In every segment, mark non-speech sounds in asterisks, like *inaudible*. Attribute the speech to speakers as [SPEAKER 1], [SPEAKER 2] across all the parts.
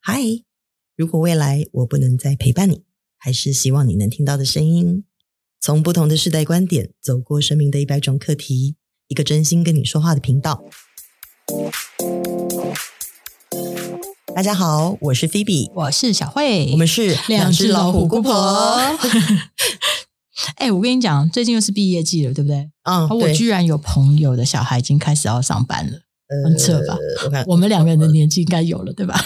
[SPEAKER 1] 嗨，如果未来我不能再陪伴你，还是希望你能听到的声音。从不同的世代观点，走过生命的一百种课题，一个真心跟你说话的频道。大家好，我是 Phoebe，
[SPEAKER 2] 我是小慧，
[SPEAKER 1] 我们是
[SPEAKER 2] 两只老虎姑婆。哎、我跟你讲，最近又是毕业季了，对不对？
[SPEAKER 1] 嗯，
[SPEAKER 2] 啊我
[SPEAKER 1] 对，
[SPEAKER 2] 居然有朋友的小孩已经开始要上班了，很扯吧？
[SPEAKER 1] 呃我看
[SPEAKER 2] 我们两个人的年纪应该有了，对吧？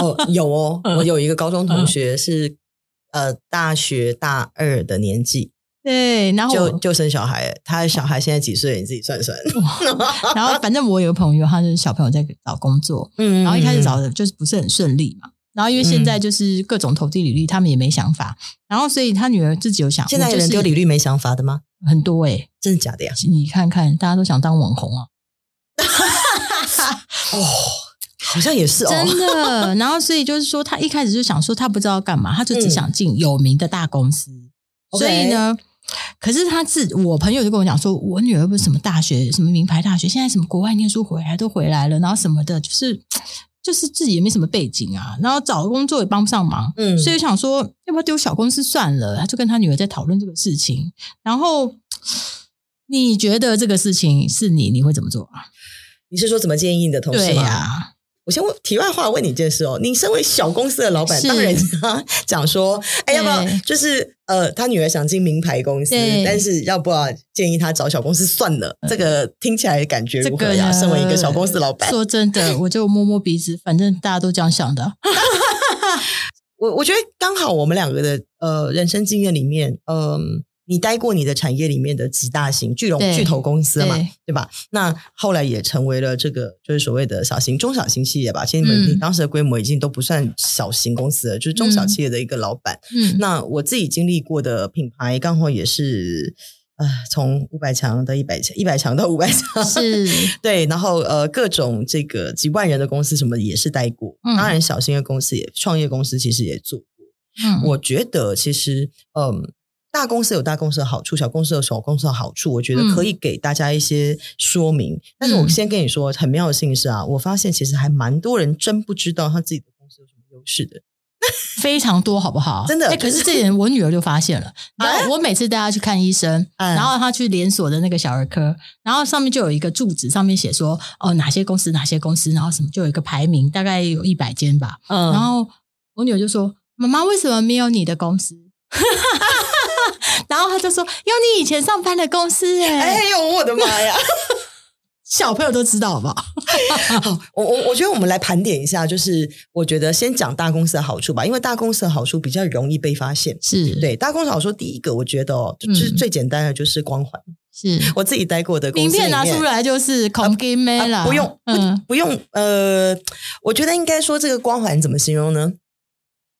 [SPEAKER 1] 哦，有哦，
[SPEAKER 2] 嗯
[SPEAKER 1] 我有一个高中同学是呃大学大二的年纪
[SPEAKER 2] 对，然后
[SPEAKER 1] 呃就
[SPEAKER 2] 我
[SPEAKER 1] 就生小孩了，他的小孩现在几岁？你自己算算。
[SPEAKER 2] 然
[SPEAKER 1] *laughs*
[SPEAKER 2] 后反正我有个朋友，他是小朋友在找工作，
[SPEAKER 1] 嗯
[SPEAKER 2] 然后一开始找的就是不是很顺利嘛。然后因为现在就是各种投递履历，他们也没想法。然后所以他女儿自己有想，
[SPEAKER 1] 现在
[SPEAKER 2] 我
[SPEAKER 1] 有
[SPEAKER 2] 就是
[SPEAKER 1] 人丢履历没想法的吗？
[SPEAKER 2] 很多哎、
[SPEAKER 1] 真的假的呀？
[SPEAKER 2] 你看看，大家都想当网红啊。
[SPEAKER 1] 哦，好像也是哦。*laughs*
[SPEAKER 2] 真的。然后所以就是说，他一开始就想说他不知道要干嘛，他就只
[SPEAKER 1] 嗯
[SPEAKER 2] 想进有名的大公司。
[SPEAKER 1] OK
[SPEAKER 2] 所以呢，可是他自我朋友就跟我讲说，我女儿不是什么大学，什么名牌大学，现在什么国外念书回来都回来了，然后什么的，就是就是自己也没什么背景啊，然后找工作也帮不上忙。
[SPEAKER 1] 嗯
[SPEAKER 2] 所以我想说，要不要丢小公司算了？他就跟他女儿在讨论这个事情。然后，你觉得这个事情是你，你会怎么做啊？
[SPEAKER 1] 你是说怎么建议你的同事
[SPEAKER 2] 对
[SPEAKER 1] 吗？
[SPEAKER 2] 呀、
[SPEAKER 1] 我先问题外话问你一件事哦，你身为小公司的老板，
[SPEAKER 2] 是
[SPEAKER 1] 当然他讲说，哎，
[SPEAKER 2] 对
[SPEAKER 1] 要不要就是呃，他女儿想进名牌公司
[SPEAKER 2] 对，嗯
[SPEAKER 1] 但是要不要建议他找小公司算了？这个听起来感觉
[SPEAKER 2] 这
[SPEAKER 1] 如何
[SPEAKER 2] 个
[SPEAKER 1] 呀？
[SPEAKER 2] 呢
[SPEAKER 1] 身为一个小公司老板，
[SPEAKER 2] 说真的，我就摸摸鼻子，反正大家都这样想的。
[SPEAKER 1] 我我觉得刚好我们两个的呃人生经验里面，嗯、你待过你的产业里面的几大型巨龙
[SPEAKER 2] 对
[SPEAKER 1] 巨头公司嘛，
[SPEAKER 2] 对
[SPEAKER 1] 对吧？那后来也成为了这个就是所谓的小型中小型企业吧。其实你们、
[SPEAKER 2] 嗯
[SPEAKER 1] 你当时的规模已经都不算小型公司了，就是中小企业的一个老板。
[SPEAKER 2] 嗯，
[SPEAKER 1] 那我自己经历过的品牌，刚好也是啊、呃从五百强到一百强，一百强到五百强， *laughs*
[SPEAKER 2] *laughs* 是
[SPEAKER 1] 对，然后呃，各种这个几万人的公司什么也是待过，
[SPEAKER 2] 嗯
[SPEAKER 1] 当然小型的公司也创业公司其实也做过。
[SPEAKER 2] 嗯，
[SPEAKER 1] 我觉得其实嗯。大公司有大公司的好处，小公司有小公司的好处，我觉得
[SPEAKER 2] 嗯
[SPEAKER 1] 可以给大家一些说明。但是我先跟你说，很妙的事情是啊，我发现其实还蛮多人真不知道他自己的公司有什么优势的。
[SPEAKER 2] 非常多，好不好？
[SPEAKER 1] 真的
[SPEAKER 2] 哎，可是这点我女儿就发现了。然后我每次带她去看医生，
[SPEAKER 1] 嗯
[SPEAKER 2] 然后她去连锁的那个小儿科，然后上面就有一个住址，上面写说哦哪些公司哪些公司，然后什么就有一个排名，大概有一百间吧。
[SPEAKER 1] 嗯
[SPEAKER 2] 然后我女儿就说：“妈妈，为什么没有你的公司？” *laughs* 然后她就说：“有你以前上班的公司、欸，哎、
[SPEAKER 1] 哎呦，我的妈呀！ *laughs*
[SPEAKER 2] 小朋友都知道，好不好？
[SPEAKER 1] 好，我我我觉得我们来盘点一下，就是我觉得先讲大公司的好处吧，因为大公司的好处比较容易被发现。
[SPEAKER 2] 是，
[SPEAKER 1] 对，大公司的好处，第一个我觉得哦，就是
[SPEAKER 2] 嗯
[SPEAKER 1] 最简单的就是光环。
[SPEAKER 2] 是
[SPEAKER 1] 我自己待过的公
[SPEAKER 2] 名
[SPEAKER 1] 司里面，
[SPEAKER 2] 片拿出来就是孔金妹
[SPEAKER 1] 啊
[SPEAKER 2] 啦，
[SPEAKER 1] 不用，
[SPEAKER 2] 嗯
[SPEAKER 1] 不，不用，呃，我觉得应该说这个光环怎么形容呢？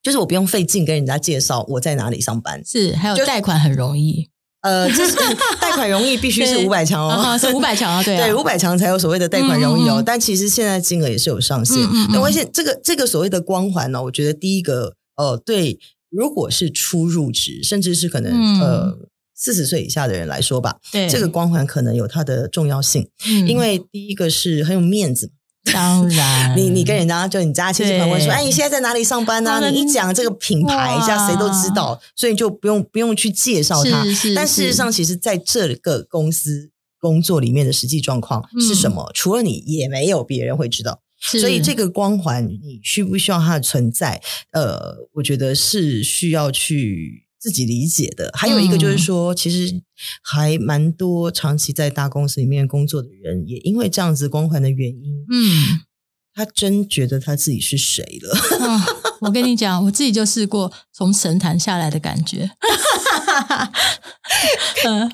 [SPEAKER 1] 就是我不用费劲跟人家介绍我在哪里上班，
[SPEAKER 2] 是，还有
[SPEAKER 1] 就
[SPEAKER 2] 贷款很容易，
[SPEAKER 1] 呃，
[SPEAKER 2] *laughs*
[SPEAKER 1] 这是贷款容易，必须是
[SPEAKER 2] 对
[SPEAKER 1] 五百强
[SPEAKER 2] 啊
[SPEAKER 1] 哦，
[SPEAKER 2] 哈
[SPEAKER 1] *laughs*
[SPEAKER 2] 是五百强啊，对啊，
[SPEAKER 1] 对，五百强才有所谓的贷款容易哦，
[SPEAKER 2] 嗯嗯嗯
[SPEAKER 1] 但其实现在金额也是有上限。
[SPEAKER 2] 嗯嗯嗯
[SPEAKER 1] 那而且这个这个所谓的光环哦呢、我觉得第一个呃，对，如果是初入职，甚至是可能、
[SPEAKER 2] 嗯
[SPEAKER 1] 呃四十岁以下的人来说吧，
[SPEAKER 2] 对
[SPEAKER 1] 这个，光环可能有它的重要性，
[SPEAKER 2] 嗯
[SPEAKER 1] 因为第一个是很有面子。
[SPEAKER 2] 当
[SPEAKER 1] *laughs*
[SPEAKER 2] 然，
[SPEAKER 1] 你你跟人家就你家亲戚朋友说，
[SPEAKER 2] 嗯对
[SPEAKER 1] 哎，你现在在哪里上班呢、
[SPEAKER 2] 当然
[SPEAKER 1] 你一讲这个品牌，
[SPEAKER 2] 哇
[SPEAKER 1] 这样谁都知道，所以你就不用不用去介绍它。
[SPEAKER 2] 是是，
[SPEAKER 1] 但事实上，其实在这个公司工作里面的实际状况是什么，除了你也没有别人会知道。
[SPEAKER 2] 嗯是，
[SPEAKER 1] 所以这个光环，你需不需要它的存在？呃，我觉得是需要去。自己理解的，还有一个就是
[SPEAKER 2] 嗯
[SPEAKER 1] 说，其实还蛮多长期在大公司里面工作的人，也因为这样子光环的原因，
[SPEAKER 2] 嗯。
[SPEAKER 1] 他真觉得他自己是谁了。 *laughs*
[SPEAKER 2] 啊我跟你讲，我自己就试过从神坛下来的感觉。嗯，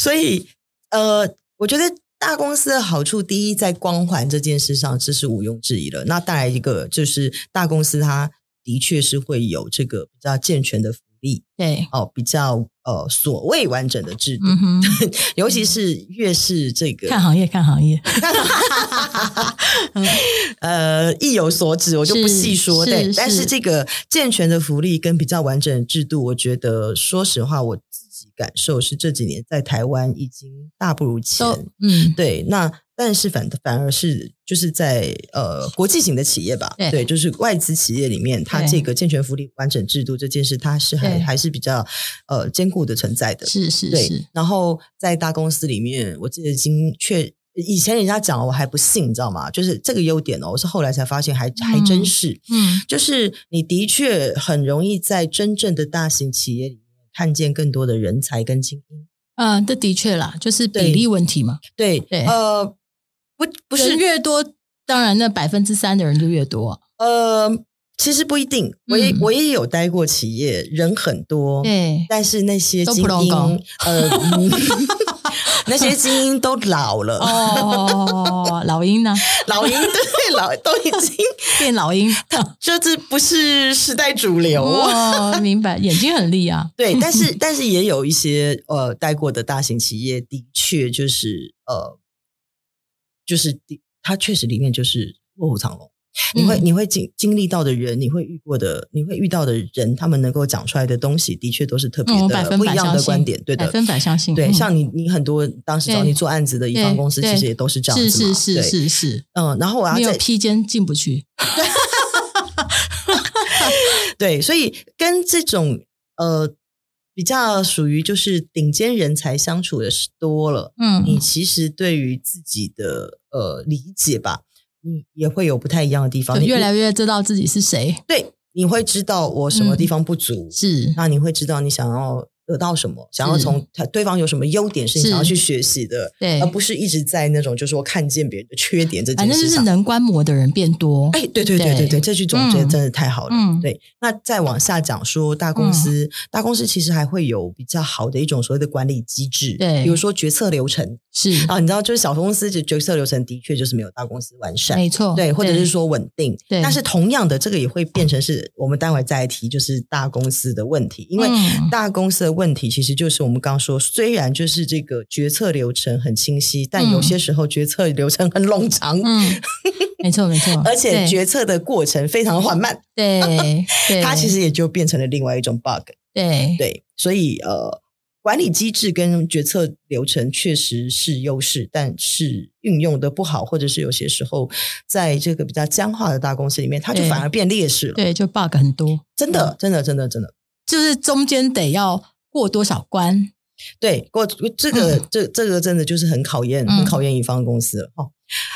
[SPEAKER 1] 所以，呃，我觉得大公司的好处，第一，在光环这件事上，这是毋庸置疑了。那当然，一个就是大公司它的确是会有这个比较健全的福利
[SPEAKER 2] 对，
[SPEAKER 1] 哦，比较呃所谓完整的制度，
[SPEAKER 2] 嗯哼，
[SPEAKER 1] 尤其是越是这
[SPEAKER 2] *laughs*
[SPEAKER 1] 个
[SPEAKER 2] 看行业，看行业，
[SPEAKER 1] 呃意有所指，我就不细说。
[SPEAKER 2] 是
[SPEAKER 1] 对，
[SPEAKER 2] 是
[SPEAKER 1] 但是
[SPEAKER 2] 是
[SPEAKER 1] 这个健全的福利跟比较完整的制度，我觉得说实话，我自己己感受是这几年在台湾已经大不如前。
[SPEAKER 2] 都嗯，
[SPEAKER 1] 对，那但是反反而是就是在呃国际型的企业吧，
[SPEAKER 2] 对
[SPEAKER 1] 就是外资企业里面，它
[SPEAKER 2] 对
[SPEAKER 1] 这个健全福利完整制度这件事，它是还
[SPEAKER 2] 对
[SPEAKER 1] 还是比较呃坚固的存在的。
[SPEAKER 2] 是是
[SPEAKER 1] 对
[SPEAKER 2] 是，，
[SPEAKER 1] 然后在大公司里面，我记得已经确以前人家讲我还不信，你知道吗？就是这个优点哦，我是后来才发现还还真
[SPEAKER 2] 嗯
[SPEAKER 1] 是，
[SPEAKER 2] 嗯，
[SPEAKER 1] 就是你的确很容易在真正的大型企业里面看见更多的人才跟精英。
[SPEAKER 2] 嗯，这的确啦，就是
[SPEAKER 1] 对
[SPEAKER 2] 比例问题嘛，
[SPEAKER 1] 对，
[SPEAKER 2] 对
[SPEAKER 1] 呃，不不是
[SPEAKER 2] 人越多，当然那百分之三的人就越多，
[SPEAKER 1] 呃，其实不一定，我也、
[SPEAKER 2] 嗯
[SPEAKER 1] 我也有待过企业，人很多，
[SPEAKER 2] 对，
[SPEAKER 1] 但是那些
[SPEAKER 2] 都
[SPEAKER 1] 精
[SPEAKER 2] 普通
[SPEAKER 1] 英
[SPEAKER 2] 工，
[SPEAKER 1] 呃，嗯那些精英都老了，
[SPEAKER 2] 哦，老鹰呢？
[SPEAKER 1] 老鹰 *laughs* 对老都已经 *laughs*
[SPEAKER 2] 变老鹰，
[SPEAKER 1] 就是不是时代主流。
[SPEAKER 2] 哦，明白，眼睛很利 *laughs* 啊，
[SPEAKER 1] 对，但是但是也有一些呃待过的大型企业，的确就是呃，就是的，它确实里面就是卧虎藏龙。你会
[SPEAKER 2] 嗯
[SPEAKER 1] 你会经经历到的人，你会遇过的，你会遇到的人，他们能够讲出来的东西，的确都是特别
[SPEAKER 2] 嗯，我百
[SPEAKER 1] 的
[SPEAKER 2] 分
[SPEAKER 1] 不一
[SPEAKER 2] 百
[SPEAKER 1] 样
[SPEAKER 2] 相
[SPEAKER 1] 的
[SPEAKER 2] 信，
[SPEAKER 1] 观点，对
[SPEAKER 2] 百
[SPEAKER 1] 的。
[SPEAKER 2] 分百相信，
[SPEAKER 1] 对，
[SPEAKER 2] 嗯
[SPEAKER 1] 像你，你很多当时找你
[SPEAKER 2] 对
[SPEAKER 1] 做案子的乙
[SPEAKER 2] 对
[SPEAKER 1] 方公司，其
[SPEAKER 2] 对
[SPEAKER 1] 实也都是这样
[SPEAKER 2] 是
[SPEAKER 1] 子嘛
[SPEAKER 2] 是是，
[SPEAKER 1] 对
[SPEAKER 2] 是是，
[SPEAKER 1] 嗯，然后我要
[SPEAKER 2] 没有
[SPEAKER 1] 再
[SPEAKER 2] 披肩进不去，
[SPEAKER 1] 对，所以跟这种呃比较属于就是顶尖人才相处的是多了，
[SPEAKER 2] 嗯，
[SPEAKER 1] 你其实对于自己的呃理解吧，你也会有不太一样的地方，
[SPEAKER 2] 就
[SPEAKER 1] 你
[SPEAKER 2] 越来越知道自己是谁，
[SPEAKER 1] 对，你会知道我什么
[SPEAKER 2] 嗯
[SPEAKER 1] 地方不足，
[SPEAKER 2] 是
[SPEAKER 1] 那你会知道你想要得到什么，想要从他对方有什么优点是你
[SPEAKER 2] 嗯是
[SPEAKER 1] 想要去学习的，
[SPEAKER 2] 对
[SPEAKER 1] 而，不是一直在那种就是我看见别人的缺点这
[SPEAKER 2] 反
[SPEAKER 1] 件
[SPEAKER 2] 正就
[SPEAKER 1] 事
[SPEAKER 2] 是
[SPEAKER 1] 上。
[SPEAKER 2] 能观摩的人变多，
[SPEAKER 1] 哎，对对对对
[SPEAKER 2] 对
[SPEAKER 1] 对，这句总结
[SPEAKER 2] 嗯
[SPEAKER 1] 真的太好了。
[SPEAKER 2] 嗯
[SPEAKER 1] 对，那再往下讲说，大公司、大公司其实还会有比较好的一种所谓的管理机制，
[SPEAKER 2] 对
[SPEAKER 1] 比如说决策流程
[SPEAKER 2] 是
[SPEAKER 1] 啊，你知道，就是小公司的决策流程的确就是没有大公司完善。
[SPEAKER 2] 没错，
[SPEAKER 1] 对，或者是说稳定，
[SPEAKER 2] 对
[SPEAKER 1] 但是同样的，这个也会变成是我们待会再来提，就是大公司的问题，因为
[SPEAKER 2] 嗯
[SPEAKER 1] 大公司的问题其实就是我们刚刚说，虽然就是这个决策流程很清晰，但
[SPEAKER 2] 嗯
[SPEAKER 1] 有些时候决策流程很冗长， *laughs*
[SPEAKER 2] 嗯，没错没错，
[SPEAKER 1] 而且
[SPEAKER 2] 对
[SPEAKER 1] 决策的过程非常缓慢， *laughs*
[SPEAKER 2] 对对，
[SPEAKER 1] 它其实也就变成了另外一种 bug。
[SPEAKER 2] 对
[SPEAKER 1] 对，所以呃，管理机制跟决策流程确实是优势，但是运用的不好，或者是有些时候在这个比较僵化的大公司里面，它就
[SPEAKER 2] 对
[SPEAKER 1] 反而变劣势了。
[SPEAKER 2] 对，嗯就 bug 很多，
[SPEAKER 1] 真的，真的，真的，真的，
[SPEAKER 2] 就是中间得要过多少关，
[SPEAKER 1] 对，过这个、
[SPEAKER 2] 嗯
[SPEAKER 1] 这这个真的就是很考验，
[SPEAKER 2] 嗯
[SPEAKER 1] 很考验乙方公司了。哦，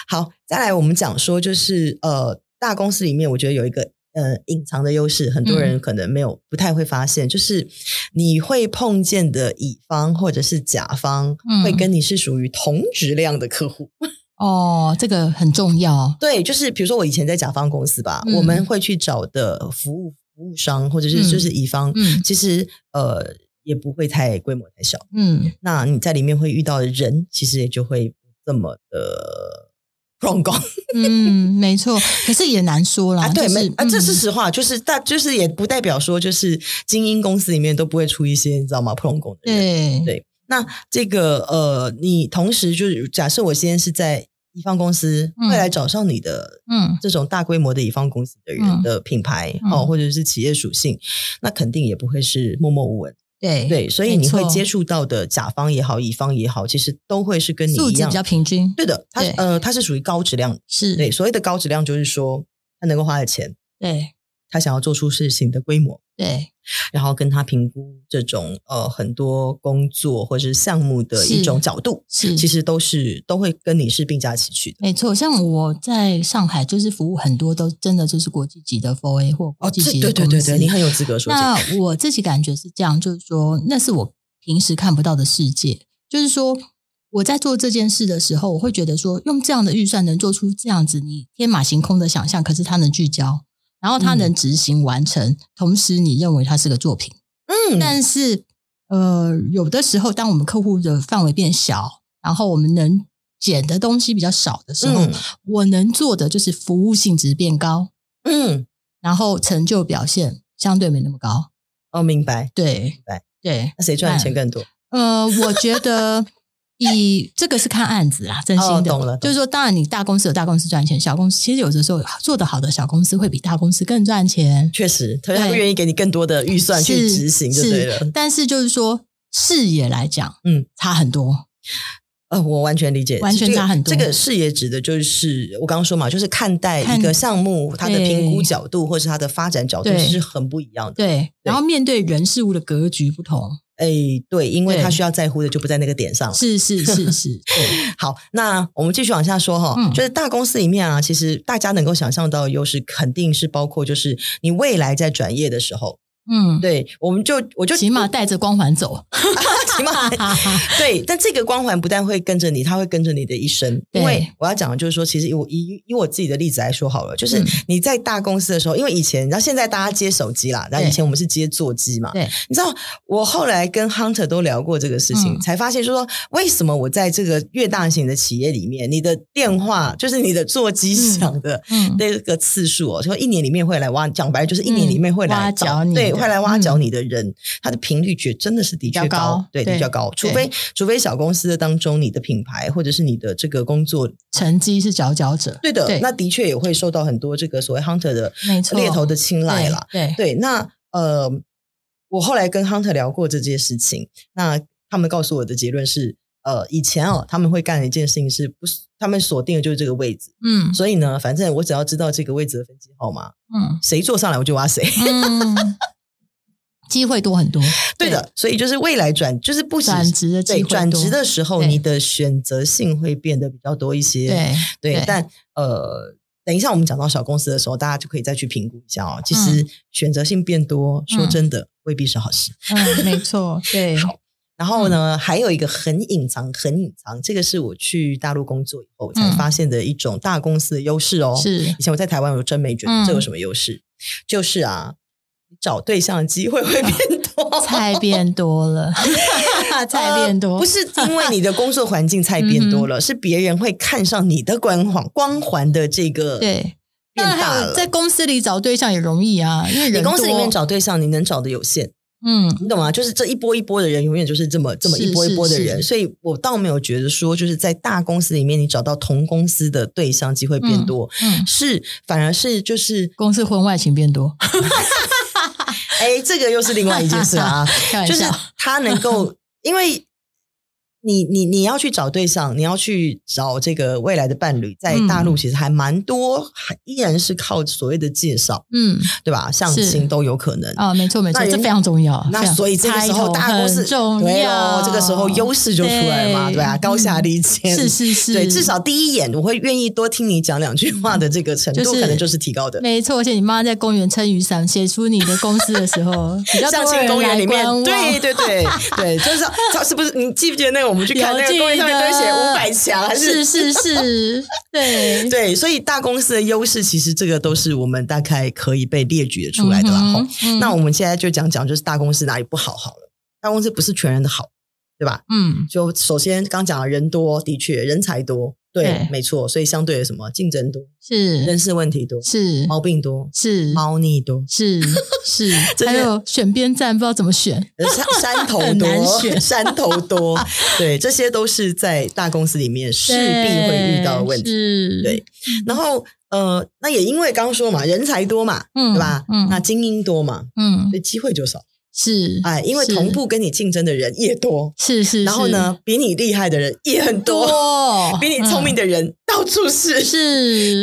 [SPEAKER 1] 好，再来我们讲说，就是呃，大公司里面，我觉得有一个呃隐藏的优势，很
[SPEAKER 2] 嗯
[SPEAKER 1] 多人可能没有、不太会发现，就是你会碰见的乙方或者是甲方，
[SPEAKER 2] 嗯
[SPEAKER 1] 会跟你是属于同质量的客户。
[SPEAKER 2] 哦，这个很重要，
[SPEAKER 1] 对，就是比如说我以前在甲方公司吧，
[SPEAKER 2] 嗯
[SPEAKER 1] 我们会去找的服务服务商或者是
[SPEAKER 2] 嗯
[SPEAKER 1] 就是乙方，
[SPEAKER 2] 嗯
[SPEAKER 1] 其实呃也不会太规模太小。
[SPEAKER 2] 嗯，
[SPEAKER 1] 那你在里面会遇到的人，其实也就会不这么的 *laughs* 乱搞
[SPEAKER 2] 嗯，没错，可是也难说啦。
[SPEAKER 1] 啊。对，
[SPEAKER 2] 就是
[SPEAKER 1] 没啊，这是
[SPEAKER 2] 嗯
[SPEAKER 1] 实话，就是大，就是也不代表说，就是精英公司里面都不会出一些你知道吗？不乱工的人。
[SPEAKER 2] 对
[SPEAKER 1] 对那这个呃，你同时就是假设我今天是在乙方公司，
[SPEAKER 2] 嗯
[SPEAKER 1] 会来找上你的
[SPEAKER 2] 嗯，
[SPEAKER 1] 这种大规模的乙方公司的人
[SPEAKER 2] 嗯
[SPEAKER 1] 的品牌、
[SPEAKER 2] 嗯
[SPEAKER 1] 哦，或者是企业属性，那肯定也不会是默默无闻。
[SPEAKER 2] 对
[SPEAKER 1] 对，所以
[SPEAKER 2] 没
[SPEAKER 1] 你会
[SPEAKER 2] 错
[SPEAKER 1] 接触到的甲方也好，乙方也好，其实都会是跟你
[SPEAKER 2] 素
[SPEAKER 1] 一
[SPEAKER 2] 质
[SPEAKER 1] 样
[SPEAKER 2] 比较平均，
[SPEAKER 1] 对的，它
[SPEAKER 2] 对嗯
[SPEAKER 1] 呃，它是属于高质量。
[SPEAKER 2] 是
[SPEAKER 1] 对，所谓的高质量就是说，他能够花的钱，
[SPEAKER 2] 对
[SPEAKER 1] 他想要做出事情的规模，
[SPEAKER 2] 对
[SPEAKER 1] 然后跟他评估这种呃很多工作或者是项目的一
[SPEAKER 2] 是嗯
[SPEAKER 1] 种角度，
[SPEAKER 2] 是，
[SPEAKER 1] 其实都是都会跟你是并驾齐驱的。
[SPEAKER 2] 没错。像我在上海，就是服务很多都真的就是国际级的 f o a 或国际
[SPEAKER 1] 哦这
[SPEAKER 2] 级
[SPEAKER 1] 对
[SPEAKER 2] 的
[SPEAKER 1] 对
[SPEAKER 2] 公
[SPEAKER 1] 对
[SPEAKER 2] 司
[SPEAKER 1] 对，你很有资格说这个。
[SPEAKER 2] 那我自己感觉是这样，就是说，那是我平时看不到的世界。就是说，我在做这件事的时候，我会觉得说，用这样的预算能做出这样子你天马行空的想象，可是它能聚焦，然后它
[SPEAKER 1] 嗯
[SPEAKER 2] 能执行完成，同时你认为它是个作品。
[SPEAKER 1] 嗯，
[SPEAKER 2] 但是，呃，有的时候，当我们客户的范围变小，然后我们能减的东西比较少的时候，
[SPEAKER 1] 嗯
[SPEAKER 2] 我能做的就是服务性质变高，
[SPEAKER 1] 嗯，
[SPEAKER 2] 然后成就表现相对没那么高。
[SPEAKER 1] 哦，明白。
[SPEAKER 2] 对
[SPEAKER 1] 白
[SPEAKER 2] 对，
[SPEAKER 1] 那谁赚的钱更多？
[SPEAKER 2] 呃，我
[SPEAKER 1] *laughs*
[SPEAKER 2] 觉得以这个是看案子啦，真心的，
[SPEAKER 1] 哦懂了懂
[SPEAKER 2] 就是说，当然你大公司有大公司赚钱，小公司其实有的时候做得好的小公司会比大公司更赚钱，
[SPEAKER 1] 确实，他他
[SPEAKER 2] 对
[SPEAKER 1] 会愿意给你更多的预算去
[SPEAKER 2] 是
[SPEAKER 1] 执行就对了
[SPEAKER 2] 是。但是就是说。视野来讲，
[SPEAKER 1] 嗯，
[SPEAKER 2] 差很多。
[SPEAKER 1] 呃，我完全理解，
[SPEAKER 2] 完全
[SPEAKER 1] 这个
[SPEAKER 2] 差很多
[SPEAKER 1] 这个视野指的就是我刚刚说嘛，就是看待
[SPEAKER 2] 看
[SPEAKER 1] 一个项目它的
[SPEAKER 2] 对
[SPEAKER 1] 评估角度或是它的发展角度
[SPEAKER 2] 对
[SPEAKER 1] 是很不一样的。
[SPEAKER 2] 对，然后面对人事物的格局不同，
[SPEAKER 1] 哎，对，因为
[SPEAKER 2] 对
[SPEAKER 1] 他需要在乎的就不在那个点上
[SPEAKER 2] *laughs*
[SPEAKER 1] 了。
[SPEAKER 2] 是是
[SPEAKER 1] *laughs*
[SPEAKER 2] 是是，对，
[SPEAKER 1] 好，那我们继续往下说哈、
[SPEAKER 2] 嗯
[SPEAKER 1] 就是大公司里面啊，其实大家能够想象到的优势，肯定是包括就是你未来在转业的时候，
[SPEAKER 2] 嗯，
[SPEAKER 1] 对，我们就我就
[SPEAKER 2] 起码带着光环走，
[SPEAKER 1] *laughs* 起码 *laughs* 对，但这个光环不但会跟着你，它会跟着你的一生。因为
[SPEAKER 2] 对
[SPEAKER 1] 我要讲的就是说，其实以我以以我自己的例子来说好了，就是
[SPEAKER 2] 嗯
[SPEAKER 1] 你在大公司的时候，因为以前，然后现在大家接手机啦，然后以
[SPEAKER 2] 对
[SPEAKER 1] 前我们是接座机嘛，
[SPEAKER 2] 对，
[SPEAKER 1] 你知道，我后来跟 Hunter 都聊过这个事情，
[SPEAKER 2] 嗯
[SPEAKER 1] 才发现说，为什么我在这个越大型的企业里面，你的电话就是你的座机响的。
[SPEAKER 2] *laughs* 嗯，
[SPEAKER 1] 那个次数哦，说一年里面会来挖，讲白了就是一年里面会来
[SPEAKER 2] 嗯挖
[SPEAKER 1] 找
[SPEAKER 2] 角你的
[SPEAKER 1] 对，会来挖
[SPEAKER 2] 嗯
[SPEAKER 1] 角你的人，他的频率绝真的是的确
[SPEAKER 2] 比较高
[SPEAKER 1] 对，
[SPEAKER 2] 对嗯
[SPEAKER 1] 比较高。除非除非小公司的当中，你的品牌或者是你的这个工作，
[SPEAKER 2] 成绩是佼佼者，
[SPEAKER 1] 对的，
[SPEAKER 2] 对
[SPEAKER 1] 那的确也会受到很多这个所谓 hunter 的
[SPEAKER 2] 没错
[SPEAKER 1] 猎头的青睐啦。
[SPEAKER 2] 对，
[SPEAKER 1] 对，那呃，我后来跟 Hunter 聊过这件事情，那他们告诉我的结论是，呃，以前哦，他们会干的一件事情是不是他们锁定的就是这个位置，
[SPEAKER 2] 嗯
[SPEAKER 1] 所以呢，反正我只要知道这个位置的分机号码，
[SPEAKER 2] 嗯
[SPEAKER 1] 谁坐上来我就挖谁。 *laughs*
[SPEAKER 2] 嗯，机会多很多，
[SPEAKER 1] 对的，所以就是未来转就是不只
[SPEAKER 2] 对，转职的机
[SPEAKER 1] 对
[SPEAKER 2] 会多
[SPEAKER 1] 转职的时候，
[SPEAKER 2] 对
[SPEAKER 1] 你的选择性会变得比较多一些。
[SPEAKER 2] 对
[SPEAKER 1] 对，
[SPEAKER 2] 对
[SPEAKER 1] 但呃。等一下，我们讲到小公司的时候，大家就可以再去评估一下哦。其实选择性变多，说
[SPEAKER 2] 嗯
[SPEAKER 1] 真的未必是好事。
[SPEAKER 2] 嗯，没错，
[SPEAKER 1] *laughs*
[SPEAKER 2] 对，
[SPEAKER 1] 好然后
[SPEAKER 2] 嗯
[SPEAKER 1] 呢，还有一个很隐藏、很隐藏，这个是我去大陆工作以后才
[SPEAKER 2] 嗯
[SPEAKER 1] 发现的一种大公司的优势哦。
[SPEAKER 2] 是
[SPEAKER 1] 以前我在台湾，我真没觉得
[SPEAKER 2] 嗯
[SPEAKER 1] 这有什么优势，就是啊，找对象的机会会变
[SPEAKER 2] *laughs*
[SPEAKER 1] 多，
[SPEAKER 2] 菜变多了，菜变多，
[SPEAKER 1] 呃不是因为你的工作环境菜变多
[SPEAKER 2] *laughs*
[SPEAKER 1] 了，是别人会看上你的光环，光环的这个 *laughs*
[SPEAKER 2] 对。
[SPEAKER 1] 变
[SPEAKER 2] 当然
[SPEAKER 1] 大
[SPEAKER 2] 还有
[SPEAKER 1] 了。
[SPEAKER 2] 在公司里找对象也容易啊，因为
[SPEAKER 1] 你
[SPEAKER 2] 人
[SPEAKER 1] 公司里面
[SPEAKER 2] 多，
[SPEAKER 1] 找对象，你能找的有限，
[SPEAKER 2] 嗯，
[SPEAKER 1] 你懂吗？就是这一波一波的人，永远就是这么这么
[SPEAKER 2] 是
[SPEAKER 1] 一波一波的人，
[SPEAKER 2] 是是
[SPEAKER 1] 所以我倒没有觉得说，就是在大公司里面，你找到同公司的对象机会变多，
[SPEAKER 2] 嗯，
[SPEAKER 1] 是反而是就是，
[SPEAKER 2] 公司婚外情变多，
[SPEAKER 1] 哎，这个又是另外一件事
[SPEAKER 2] *laughs*
[SPEAKER 1] 啊，
[SPEAKER 2] 开玩
[SPEAKER 1] 就是
[SPEAKER 2] 笑，
[SPEAKER 1] *laughs* 他能够，因为你你你要去找对象，你要去找这个未来的伴侣，在大
[SPEAKER 2] 嗯
[SPEAKER 1] 陆其实还蛮多，还依然是靠所谓的介绍，
[SPEAKER 2] 嗯，
[SPEAKER 1] 对吧？相
[SPEAKER 2] 是
[SPEAKER 1] 亲都有可能。
[SPEAKER 2] 啊，没错没错，
[SPEAKER 1] 那人
[SPEAKER 2] 这非常重要。
[SPEAKER 1] 那
[SPEAKER 2] 非常
[SPEAKER 1] 所以这个时候，大公司
[SPEAKER 2] 开头很重
[SPEAKER 1] 对
[SPEAKER 2] 要
[SPEAKER 1] 哦，，这个时候优势就出来了嘛，对吧？高下立见，
[SPEAKER 2] 嗯是是是，
[SPEAKER 1] 对，至少第一眼我会愿意多听你讲两句话的这个程度，
[SPEAKER 2] 就是
[SPEAKER 1] 可能就是提高的。
[SPEAKER 2] 没错。而且你妈在公园撑雨伞，写出你的公司的时候，比较
[SPEAKER 1] *laughs* 相
[SPEAKER 2] 多
[SPEAKER 1] 亲
[SPEAKER 2] 人
[SPEAKER 1] 公园
[SPEAKER 2] 来
[SPEAKER 1] 里面
[SPEAKER 2] 观，望
[SPEAKER 1] 对对对
[SPEAKER 2] *laughs*
[SPEAKER 1] 对，就是他是不是你记不记得那个我们去看
[SPEAKER 2] 有
[SPEAKER 1] 那个公园
[SPEAKER 2] 记
[SPEAKER 1] 上面都会写
[SPEAKER 2] 得
[SPEAKER 1] 五百强还
[SPEAKER 2] 是是
[SPEAKER 1] *laughs*
[SPEAKER 2] 是，对，
[SPEAKER 1] 对，所以大公司的优势，其实这个都是我们大概可以被列举出来的啦。
[SPEAKER 2] 嗯
[SPEAKER 1] 吼
[SPEAKER 2] 哼嗯
[SPEAKER 1] 那我们现在就讲讲，就是大公司哪里不好好了。大公司不是全然的好，对吧？
[SPEAKER 2] 嗯，
[SPEAKER 1] 就首先刚讲了人多，的确人才多，对，
[SPEAKER 2] 对
[SPEAKER 1] 没错。所以相对的什么竞争多，人
[SPEAKER 2] 是
[SPEAKER 1] 事问题多，
[SPEAKER 2] 是
[SPEAKER 1] 毛病多，
[SPEAKER 2] 是
[SPEAKER 1] 猫腻多，
[SPEAKER 2] 是是，
[SPEAKER 1] *laughs* 真的
[SPEAKER 2] 还有选边站不知道怎么选，
[SPEAKER 1] 呃
[SPEAKER 2] *laughs*
[SPEAKER 1] 山山头
[SPEAKER 2] 很难
[SPEAKER 1] 多，
[SPEAKER 2] 选
[SPEAKER 1] 山头
[SPEAKER 2] *laughs*
[SPEAKER 1] 多，对，这些都是在大公司里面势必会遇到的问题。
[SPEAKER 2] 题
[SPEAKER 1] 对，然后呃，那也因为刚刚说嘛，人才多嘛，
[SPEAKER 2] 嗯
[SPEAKER 1] 对吧？
[SPEAKER 2] 嗯
[SPEAKER 1] 那精英多嘛，
[SPEAKER 2] 嗯
[SPEAKER 1] 所，以机会就少。
[SPEAKER 2] 是
[SPEAKER 1] 哎，因为
[SPEAKER 2] 是
[SPEAKER 1] 同步跟你竞争的人也多，
[SPEAKER 2] 是是，
[SPEAKER 1] 然后
[SPEAKER 2] 是
[SPEAKER 1] 呢，比你厉害的人也很多，
[SPEAKER 2] 多，
[SPEAKER 1] 比你聪明
[SPEAKER 2] 嗯
[SPEAKER 1] 的人到处是，
[SPEAKER 2] 是，，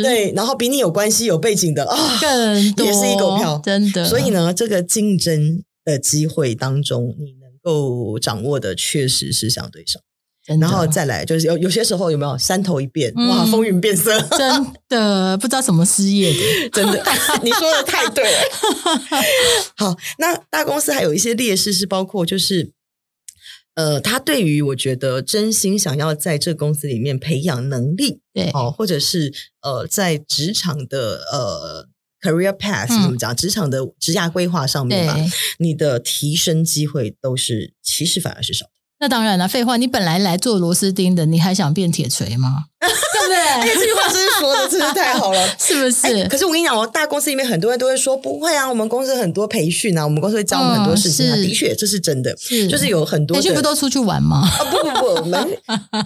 [SPEAKER 1] *laughs* 对，然后比你有关系、有背景的啊，
[SPEAKER 2] 更多
[SPEAKER 1] 也是一狗票
[SPEAKER 2] 真的。
[SPEAKER 1] 所以，呢，这个竞争的机会当中，你能够掌握的确实是相对少。
[SPEAKER 2] 真的
[SPEAKER 1] 然后再来就是有有些时候有没有山头一变，哇，
[SPEAKER 2] 啊嗯
[SPEAKER 1] 风云变
[SPEAKER 2] *laughs*
[SPEAKER 1] 色。
[SPEAKER 2] 真的不知道什么失业的， *laughs*
[SPEAKER 1] 真的， *laughs* 你说的太对 *laughs* 了。好，那大公司还有一些劣势是包括就是，呃，他对于我觉得真心想要在这公司里面培养能力
[SPEAKER 2] 对，
[SPEAKER 1] 哦，或者是呃，在职场的呃 career path
[SPEAKER 2] 嗯
[SPEAKER 1] 怎么讲，职场的职涯规划上面
[SPEAKER 2] 对
[SPEAKER 1] 吧，，你的提升机会都是其实反而是少的。
[SPEAKER 2] *laughs* 那当然了，废话，你本来来做螺丝钉的，你还想变铁
[SPEAKER 1] *laughs*
[SPEAKER 2] 锤吗？对不
[SPEAKER 1] 哎这
[SPEAKER 2] 对？
[SPEAKER 1] 句话真是说的真是太好了。
[SPEAKER 2] 是不
[SPEAKER 1] 哎，
[SPEAKER 2] 是？
[SPEAKER 1] 可是我跟你讲哦，大公司里面很多人都会说不会啊，我们公司很多培训啊，我们公司会教我们很多事情啊。
[SPEAKER 2] 嗯是
[SPEAKER 1] 的确，这是真的，
[SPEAKER 2] 是
[SPEAKER 1] 就是有很多的
[SPEAKER 2] 培
[SPEAKER 1] *laughs*
[SPEAKER 2] 训不都出哦去玩吗？
[SPEAKER 1] 啊，不 *laughs* 不不，我们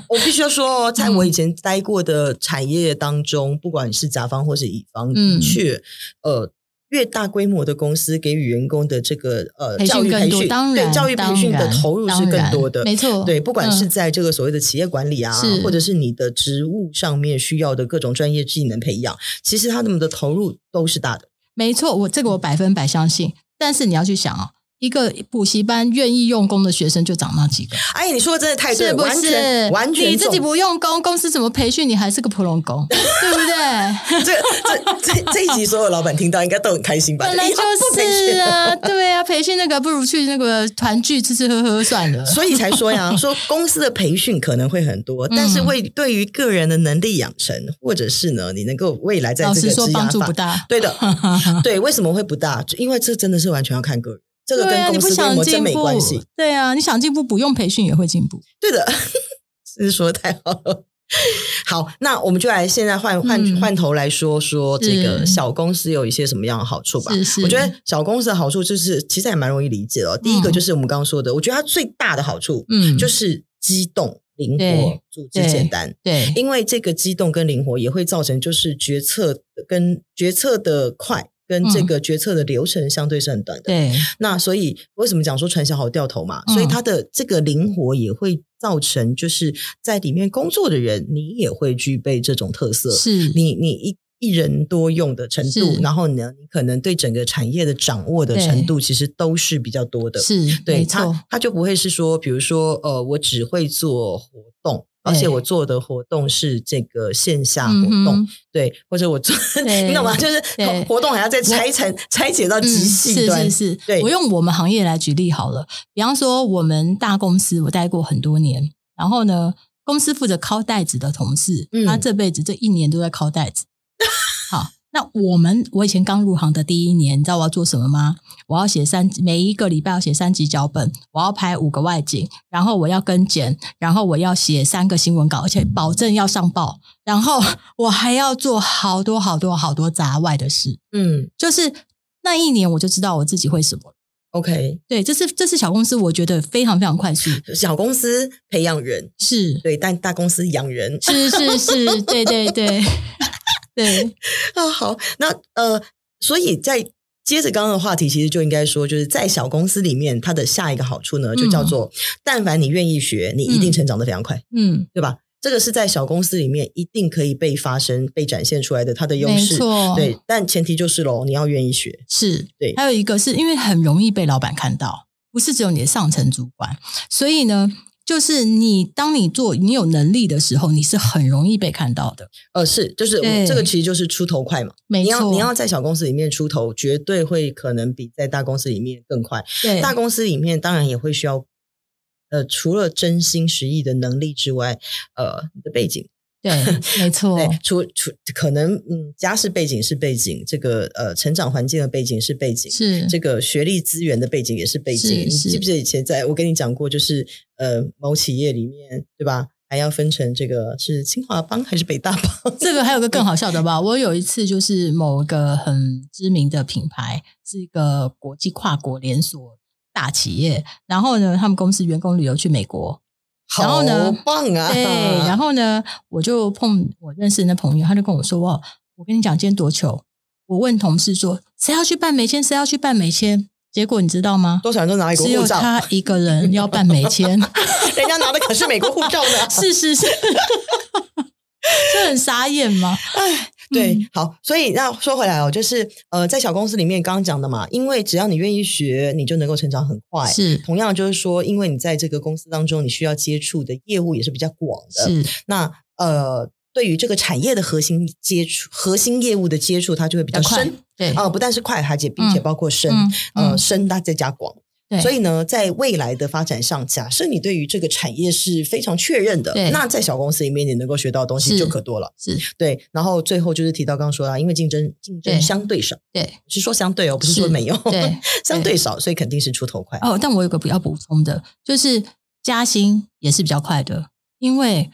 [SPEAKER 1] 我必须要说哦，在我以前待过的产业当中，不管是甲方或是乙方，的
[SPEAKER 2] 嗯
[SPEAKER 1] 确，呃，越大规模的公司给予员工的这个呃
[SPEAKER 2] 培
[SPEAKER 1] 教
[SPEAKER 2] 训
[SPEAKER 1] 育
[SPEAKER 2] 更
[SPEAKER 1] 培
[SPEAKER 2] 多，
[SPEAKER 1] 训，
[SPEAKER 2] 当
[SPEAKER 1] 对
[SPEAKER 2] 然
[SPEAKER 1] 教育培训的
[SPEAKER 2] 当然
[SPEAKER 1] 投入是
[SPEAKER 2] 当
[SPEAKER 1] 更
[SPEAKER 2] 然
[SPEAKER 1] 多的，
[SPEAKER 2] 没错，
[SPEAKER 1] 对，不管
[SPEAKER 2] 嗯
[SPEAKER 1] 是在这个所谓的企业管理啊，
[SPEAKER 2] 是
[SPEAKER 1] 或者是你的职务上面需要的各种专业技能培养，其实他们的投入都是大的。
[SPEAKER 2] 没错，我这个我百分百相信。但是你要去想哦，一个补习班愿意用功的学生就长那几个，
[SPEAKER 1] 哎，你说的真的太对，
[SPEAKER 2] 是
[SPEAKER 1] 了，
[SPEAKER 2] 不
[SPEAKER 1] 完全
[SPEAKER 2] 是？
[SPEAKER 1] 完全
[SPEAKER 2] 你自己
[SPEAKER 1] 中
[SPEAKER 2] 不用功，公司怎么培训你还是个普龙
[SPEAKER 1] *laughs*
[SPEAKER 2] 工，对不对？ *laughs*
[SPEAKER 1] 这这这这一集所有老板听到应该都很开心吧？
[SPEAKER 2] 本来
[SPEAKER 1] 就
[SPEAKER 2] 就
[SPEAKER 1] 哎呀不培
[SPEAKER 2] 是
[SPEAKER 1] 训
[SPEAKER 2] 啊，对啊，培训那个不如去那个团聚吃吃喝喝算了。
[SPEAKER 1] 所以才说呀，说公司的培训可能会很多，但
[SPEAKER 2] 嗯
[SPEAKER 1] 是为对于个人的能力养成，或者是呢，你能够未来在
[SPEAKER 2] 老
[SPEAKER 1] 这个
[SPEAKER 2] 实说，
[SPEAKER 1] 职
[SPEAKER 2] 帮
[SPEAKER 1] 涯
[SPEAKER 2] 助
[SPEAKER 1] 法
[SPEAKER 2] 不，大。
[SPEAKER 1] 对
[SPEAKER 2] *laughs*
[SPEAKER 1] 的，对，为什么会不大？就因为这真的是完全要看个人，这个
[SPEAKER 2] 对啊，
[SPEAKER 1] 跟
[SPEAKER 2] 你
[SPEAKER 1] 公
[SPEAKER 2] 不
[SPEAKER 1] 司规
[SPEAKER 2] 想
[SPEAKER 1] 模真
[SPEAKER 2] 进
[SPEAKER 1] 没
[SPEAKER 2] 步
[SPEAKER 1] 关系。，
[SPEAKER 2] 对啊，你想进步不用培训也会进步。
[SPEAKER 1] 对的，是说得太好了。好，那我们就来现在换换、
[SPEAKER 2] 嗯
[SPEAKER 1] 换头来说说这个
[SPEAKER 2] 是
[SPEAKER 1] 小公司有一些什么样的好处吧。
[SPEAKER 2] 是是
[SPEAKER 1] 我觉得小公司的好处就是其实还蛮容易理解的哦。第一个就是我们刚刚说的，我觉得它最大的好处
[SPEAKER 2] 嗯，
[SPEAKER 1] 就是机动、灵活
[SPEAKER 2] 对、
[SPEAKER 1] 组织简单。
[SPEAKER 2] 对，
[SPEAKER 1] 因为这个机动跟灵活也会造成就是决策跟决策的快。跟这个决策的流程相对是很短的，
[SPEAKER 2] 嗯对，
[SPEAKER 1] 那所以为什么讲说传销好掉头嘛？
[SPEAKER 2] 嗯
[SPEAKER 1] 所以它的这个灵活也会造成，就是在里面工作的人，你也会具备这种特色。
[SPEAKER 2] 是
[SPEAKER 1] 你你一一人多用的程度
[SPEAKER 2] 是，
[SPEAKER 1] 然后呢，你可能对整个产业的掌握的
[SPEAKER 2] 对
[SPEAKER 1] 程度，其实都是比较多的。
[SPEAKER 2] 是，
[SPEAKER 1] 对
[SPEAKER 2] 没
[SPEAKER 1] 他
[SPEAKER 2] 错，，
[SPEAKER 1] 他就不会是说，比如说，呃，我只会做活动，而且
[SPEAKER 2] 对
[SPEAKER 1] 我做的活动是这个线下活
[SPEAKER 2] 嗯哼
[SPEAKER 1] 动，对，或者我做，*laughs*
[SPEAKER 2] 对
[SPEAKER 1] 你懂吗？就是
[SPEAKER 2] 对
[SPEAKER 1] 活动还要再拆成拆解到极细端，
[SPEAKER 2] 嗯。是是是，
[SPEAKER 1] 对
[SPEAKER 2] 我用我们行业来举例好了，比方说我们大公司，我待过很多年，然后呢，公司负责敲袋子的同事，
[SPEAKER 1] 嗯
[SPEAKER 2] 他这辈子这一年都在敲袋子。好，那我们我以前刚入行的第一年，你知道我要做什么吗？我要写三，每一个礼拜要写三集脚本，我要拍五个外景，然后我要跟剪，然后我要写三个新闻稿，而且保证要上报，然后我还要做好多好多好多杂外的事。
[SPEAKER 1] 嗯
[SPEAKER 2] 就是那一年我就知道我自己会什么了。
[SPEAKER 1] ，OK，
[SPEAKER 2] 对，这是这是小公司，我觉得非常非常
[SPEAKER 1] *laughs*
[SPEAKER 2] 快速，
[SPEAKER 1] 小公司培养人，
[SPEAKER 2] 是
[SPEAKER 1] 对，但大公司养人
[SPEAKER 2] 是是是，对对
[SPEAKER 1] *laughs*
[SPEAKER 2] 对对，
[SPEAKER 1] 啊。好，那呃，所以在接着刚刚的话题，其实就应该说，就是在小公司里面，它的下一个好处呢，就叫做，但凡你愿意学，你一定
[SPEAKER 2] 嗯
[SPEAKER 1] 成长的非常快。
[SPEAKER 2] 嗯，
[SPEAKER 1] 对吧？这个是在小公司里面一定可以被发生、被展现出来的它的优
[SPEAKER 2] 没
[SPEAKER 1] 势。
[SPEAKER 2] 错，
[SPEAKER 1] 对，但前提就是喽，你要愿意学。
[SPEAKER 2] 是，
[SPEAKER 1] 对
[SPEAKER 2] 还有一个是因为很容易被老板看到，不是只有你的上层主管，所以呢。就是你，当你做你有能力的时候，你是很容易被看到的。
[SPEAKER 1] 呃，是，就是我
[SPEAKER 2] 对
[SPEAKER 1] 这个其实就是出头快嘛。
[SPEAKER 2] 没
[SPEAKER 1] 你要
[SPEAKER 2] 错，
[SPEAKER 1] 你要在小公司里面出头，绝对会可能比在大公司里面更快。
[SPEAKER 2] 对
[SPEAKER 1] 大公司里面当然也会需要，呃，除了真心实意的能力之外，呃，你的背景。 *laughs*
[SPEAKER 2] 对，没错，
[SPEAKER 1] 对，除除可能嗯，家世背景是背景，这个呃，成长环境的背景是背景，
[SPEAKER 2] 是
[SPEAKER 1] 这个学历资源的背景也是背景。
[SPEAKER 2] 是
[SPEAKER 1] 你
[SPEAKER 2] 是
[SPEAKER 1] 记不记得以前在我跟你讲过，就是呃某企业里面，对吧？还要分成这个是清华帮还是北大帮？
[SPEAKER 2] 这个还有个更好笑的吧？我有一次就是某一个很知名的品牌，是一个国际跨国连锁大企业，然后呢，他们公司员工旅游去美国， *laughs* 然后呢
[SPEAKER 1] 好棒啊！
[SPEAKER 2] 对， *laughs* 然后呢，我就碰我认识的那朋友，他就跟我说：“哇，我跟你讲，今天多糗！”我问同事说：“谁要去办美签？谁要去办美签？”结果你知道吗？
[SPEAKER 1] 多少人都拿一个
[SPEAKER 2] 只有
[SPEAKER 1] 护照，
[SPEAKER 2] 他一个人要办美 *laughs* 签。
[SPEAKER 1] 人家拿的可是美国护照呢。
[SPEAKER 2] 是是 *laughs* 是，这很傻眼吗？
[SPEAKER 1] 对
[SPEAKER 2] 嗯，
[SPEAKER 1] 好，所以那说回来哦，就是呃，在小公司里面刚刚讲的嘛，因为只要你愿意学，你就能够成长很快。
[SPEAKER 2] 是
[SPEAKER 1] 同样就是说，因为你在这个公司当中，你需要接触的业务也是比较广的。
[SPEAKER 2] 是，
[SPEAKER 1] 那呃，对于这个产业的核心接触、核心业务的接触，它就会比较
[SPEAKER 2] 快
[SPEAKER 1] 深。
[SPEAKER 2] 对
[SPEAKER 1] 啊、不但是快，而且并且包括深，
[SPEAKER 2] 嗯
[SPEAKER 1] 呃，
[SPEAKER 2] 嗯
[SPEAKER 1] 深它再加广。
[SPEAKER 2] 对
[SPEAKER 1] 所以呢，在未来的发展上，假设你对于这个产业是非常确认的
[SPEAKER 2] 对，
[SPEAKER 1] 那在小公司里面你能够学到的东西
[SPEAKER 2] 是
[SPEAKER 1] 就可多了。
[SPEAKER 2] 是
[SPEAKER 1] 对，然后最后就是提到刚刚说啦，啊因为竞争竞争
[SPEAKER 2] 对
[SPEAKER 1] 相对少， *laughs*
[SPEAKER 2] 对
[SPEAKER 1] 是说相对哦，不是说
[SPEAKER 2] 是
[SPEAKER 1] 没有，
[SPEAKER 2] 对
[SPEAKER 1] 相对少，所以肯定是出头快。
[SPEAKER 2] 哦。但我有个比较补充的，就是加薪也是比较快的，因为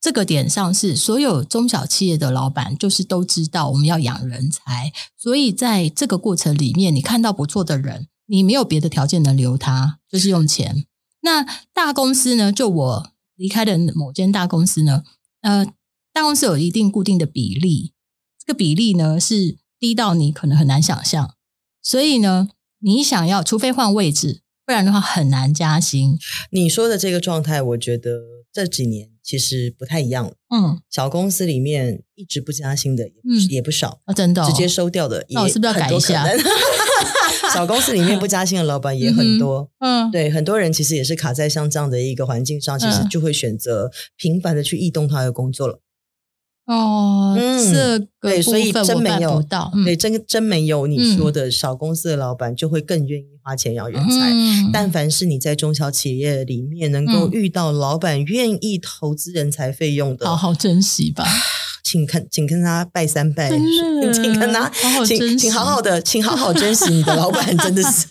[SPEAKER 2] 这个点上是所有中小企业的老板就是都知道我们要养人才，所以在这个过程里面，你看到不错的人，你没有别的条件能留他，就是用钱。那大公司呢？就我离开的某间大公司呢，呃，大公司有一定固定的比例，这个比例呢是低到你可能很难想象。所以呢，你想要，除非换位置，不然的话很难加薪。
[SPEAKER 1] 你说的这个状态，我觉得这几年其实不太一样了。
[SPEAKER 2] 嗯，
[SPEAKER 1] 小公司里面一直不加薪的也不、
[SPEAKER 2] 嗯
[SPEAKER 1] 也不少，
[SPEAKER 2] 啊，真的、哦，
[SPEAKER 1] 直接收掉的也
[SPEAKER 2] 那我是不是要
[SPEAKER 1] 很多
[SPEAKER 2] 改一下
[SPEAKER 1] 可能 *laughs* 小公司里面不加薪的老板也很多，
[SPEAKER 2] 嗯，
[SPEAKER 1] 对很多人其实也是卡在像这样的一个环境上，其实
[SPEAKER 2] 嗯
[SPEAKER 1] 就会选择频繁的去异动他的工作了。
[SPEAKER 2] 哦，
[SPEAKER 1] 嗯
[SPEAKER 2] 这个
[SPEAKER 1] 对，所以
[SPEAKER 2] 部分
[SPEAKER 1] 真
[SPEAKER 2] 我
[SPEAKER 1] 没
[SPEAKER 2] 办
[SPEAKER 1] 有
[SPEAKER 2] 不到，嗯
[SPEAKER 1] 对，真真没有你说的小公司的老板就会更愿意花钱养人才。
[SPEAKER 2] 嗯
[SPEAKER 1] 但凡是你在中小企业里面能够
[SPEAKER 2] 嗯
[SPEAKER 1] 遇到老板愿意投资人才费用的，
[SPEAKER 2] 好好珍惜吧，
[SPEAKER 1] 请跟请跟他拜三拜，
[SPEAKER 2] 真的
[SPEAKER 1] 哎请跟他，
[SPEAKER 2] 好好珍惜
[SPEAKER 1] 请请好好的，请好好珍惜你的老板，真的
[SPEAKER 2] *laughs*
[SPEAKER 1] 是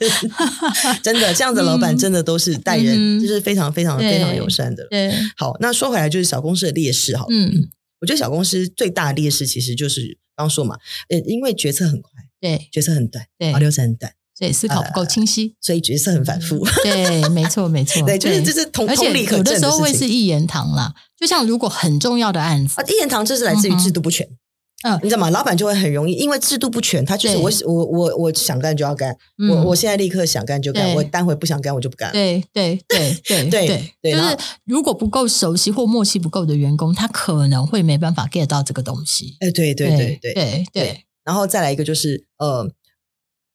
[SPEAKER 1] 真的，这样的老板
[SPEAKER 2] 嗯
[SPEAKER 1] 真的都是待人、
[SPEAKER 2] 嗯
[SPEAKER 1] 就
[SPEAKER 2] 哼
[SPEAKER 1] 是非常非常
[SPEAKER 2] 对
[SPEAKER 1] 非常友善的。
[SPEAKER 2] 对，
[SPEAKER 1] 好，那说回来就是小公司的劣势好了，
[SPEAKER 2] 嗯，
[SPEAKER 1] 我觉得小公司最大的劣势其实就是刚说嘛，呃，因为决策很快，
[SPEAKER 2] 对
[SPEAKER 1] 决策很短，
[SPEAKER 2] 对
[SPEAKER 1] 啊，流程很短，
[SPEAKER 2] 所以思考不够清晰，
[SPEAKER 1] 所以决策很反 *laughs* 复。
[SPEAKER 2] 对，没错，没错，
[SPEAKER 1] 呃 *laughs* 对，就是这是同
[SPEAKER 2] 嗯而
[SPEAKER 1] 同
[SPEAKER 2] 且
[SPEAKER 1] 理可
[SPEAKER 2] 有
[SPEAKER 1] 证
[SPEAKER 2] 的时候
[SPEAKER 1] 事
[SPEAKER 2] 会是
[SPEAKER 1] 情。
[SPEAKER 2] 一言堂啦，就像如果很重要的案子
[SPEAKER 1] 啊，，一言堂这是来自于
[SPEAKER 2] 嗯哼
[SPEAKER 1] 制度不全。
[SPEAKER 2] 嗯
[SPEAKER 1] 你知道吗？老板就会很容易，因为制度不全，他就是
[SPEAKER 2] 对
[SPEAKER 1] 我我我我想干就要干，
[SPEAKER 2] 嗯
[SPEAKER 1] 我我现在立刻想干就干，
[SPEAKER 2] 对
[SPEAKER 1] 我待会不想干我就不干了。
[SPEAKER 2] 对对对
[SPEAKER 1] *laughs*
[SPEAKER 2] 对
[SPEAKER 1] 对对
[SPEAKER 2] 就
[SPEAKER 1] 然后
[SPEAKER 2] 是如果不够熟悉或默契不够的员工，他可能会没办法 get 到这个东西。
[SPEAKER 1] 哎，对对对对。
[SPEAKER 2] 对对，
[SPEAKER 1] 然后再来一个就是呃，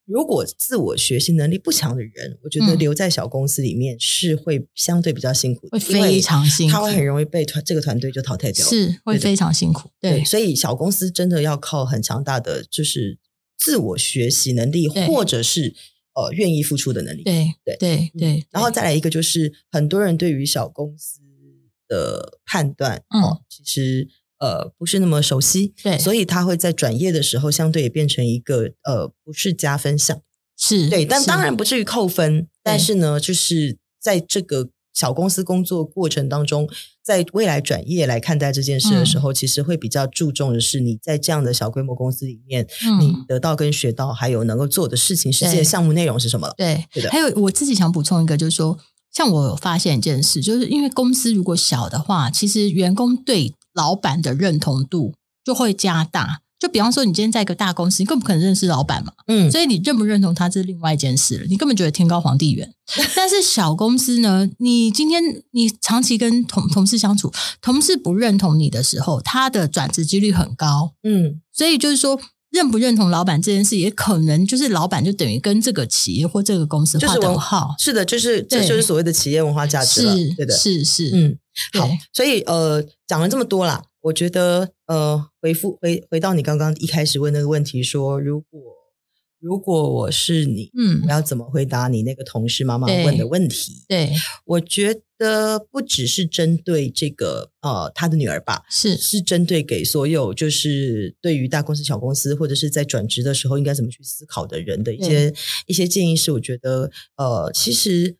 [SPEAKER 1] 如果自我学习能力不强的人，我觉得
[SPEAKER 2] 嗯
[SPEAKER 1] 留在小公司里面是会相对比较辛苦的，
[SPEAKER 2] 会
[SPEAKER 1] 因为
[SPEAKER 2] 非常辛苦
[SPEAKER 1] 他，会很容易被团这个团队就淘汰掉了。
[SPEAKER 2] 是会
[SPEAKER 1] 对的
[SPEAKER 2] 非常辛苦。对
[SPEAKER 1] 所以小公司真的要靠很强大的就是自我学习能力，
[SPEAKER 2] 对
[SPEAKER 1] 或者是呃愿意付出的能力。
[SPEAKER 2] 对
[SPEAKER 1] 对嗯
[SPEAKER 2] 对对，
[SPEAKER 1] 然后再来一个就是很多人对于小公司的判断，
[SPEAKER 2] 嗯
[SPEAKER 1] 哦，其实呃不是那么熟悉，
[SPEAKER 2] 对
[SPEAKER 1] 所以他会在转业的时候，相对也变成一个呃不是加分项，
[SPEAKER 2] 是
[SPEAKER 1] 对，但
[SPEAKER 2] 是
[SPEAKER 1] 当然不至于扣分，但是呢，就是在这个小公司工作过程当中，在未来转业来看待这件事的
[SPEAKER 2] 嗯
[SPEAKER 1] 时候，其实会比较注重的是你在这样的小规模公司里面，你
[SPEAKER 2] 嗯。
[SPEAKER 1] 得到跟学到，还有能够做的事情，实际的
[SPEAKER 2] 对
[SPEAKER 1] 项目内容是什么了？
[SPEAKER 2] 对
[SPEAKER 1] 对的，
[SPEAKER 2] 还有我自己想补充一个，就是说，像我有发现一件事，就是因为公司如果小的话，其实员工对老板的认同度就会加大。就比方说，你今天在一个大公司，你更不可能认识老板嘛，
[SPEAKER 1] 嗯，
[SPEAKER 2] 所以你认不认同他这是另外一件事了。你根本觉得天高皇帝
[SPEAKER 1] *laughs*
[SPEAKER 2] 远。但是小公司呢，你今天你长期跟同同事相处，同事不认同你的时候，他的转职几率很高。
[SPEAKER 1] 嗯，
[SPEAKER 2] 所以就是说，认不认同老板这件事，也可能就是老板就等于跟这个企业或这个公司
[SPEAKER 1] 就是
[SPEAKER 2] 画
[SPEAKER 1] 文
[SPEAKER 2] 等号。
[SPEAKER 1] 是的，就是这
[SPEAKER 2] 对
[SPEAKER 1] 就是所谓的企业文化价值了，
[SPEAKER 2] 是
[SPEAKER 1] 对的，
[SPEAKER 2] 是是，
[SPEAKER 1] 嗯，
[SPEAKER 2] 对
[SPEAKER 1] 好，所以呃，讲了这么多啦，我觉得呃，回复回回到你刚刚一开始问那个问题说，如果如果我是你，
[SPEAKER 2] 嗯
[SPEAKER 1] 我，要怎么回答你那个同事妈妈
[SPEAKER 2] 对
[SPEAKER 1] 问的问题？
[SPEAKER 2] 对，
[SPEAKER 1] 我觉得不只是针对这个呃他的女儿吧。
[SPEAKER 2] 是
[SPEAKER 1] 是针对给所有就是对于大公司、小公司，或者是在转职的时候应该怎么去思考的人的一些一些建议，是我觉得呃，其实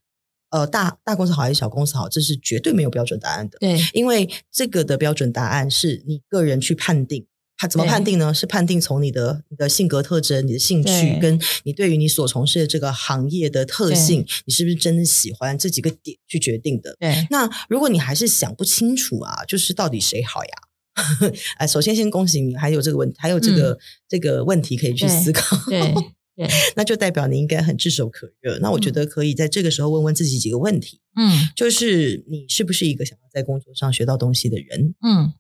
[SPEAKER 1] 呃大大公司好还是小公司好，这是绝对没有标准答案的。
[SPEAKER 2] 对，
[SPEAKER 1] 因为这个的标准答案是你个人去判定。它怎么
[SPEAKER 2] 对
[SPEAKER 1] 判定呢？是判定从你的你的性格特征、你的兴趣
[SPEAKER 2] 对，
[SPEAKER 1] 跟你对于你所从事的这个行业的特性，你是不是真的喜欢这几个点去决定的。
[SPEAKER 2] 对，
[SPEAKER 1] 那如果你还是想不清楚啊，就是到底谁好呀？ *laughs* 啊，首先先恭喜你，还有这个问，还有这个、这个问题可以去
[SPEAKER 2] 嗯对
[SPEAKER 1] 思考。 *laughs*
[SPEAKER 2] 对，对，
[SPEAKER 1] 那就代表你应该很炙手可热。那我觉
[SPEAKER 2] 嗯
[SPEAKER 1] 得可以在这个时候问问自己几个问题，
[SPEAKER 2] 嗯
[SPEAKER 1] 就是你是不是一个想要在工作上学到东西的人？
[SPEAKER 2] 嗯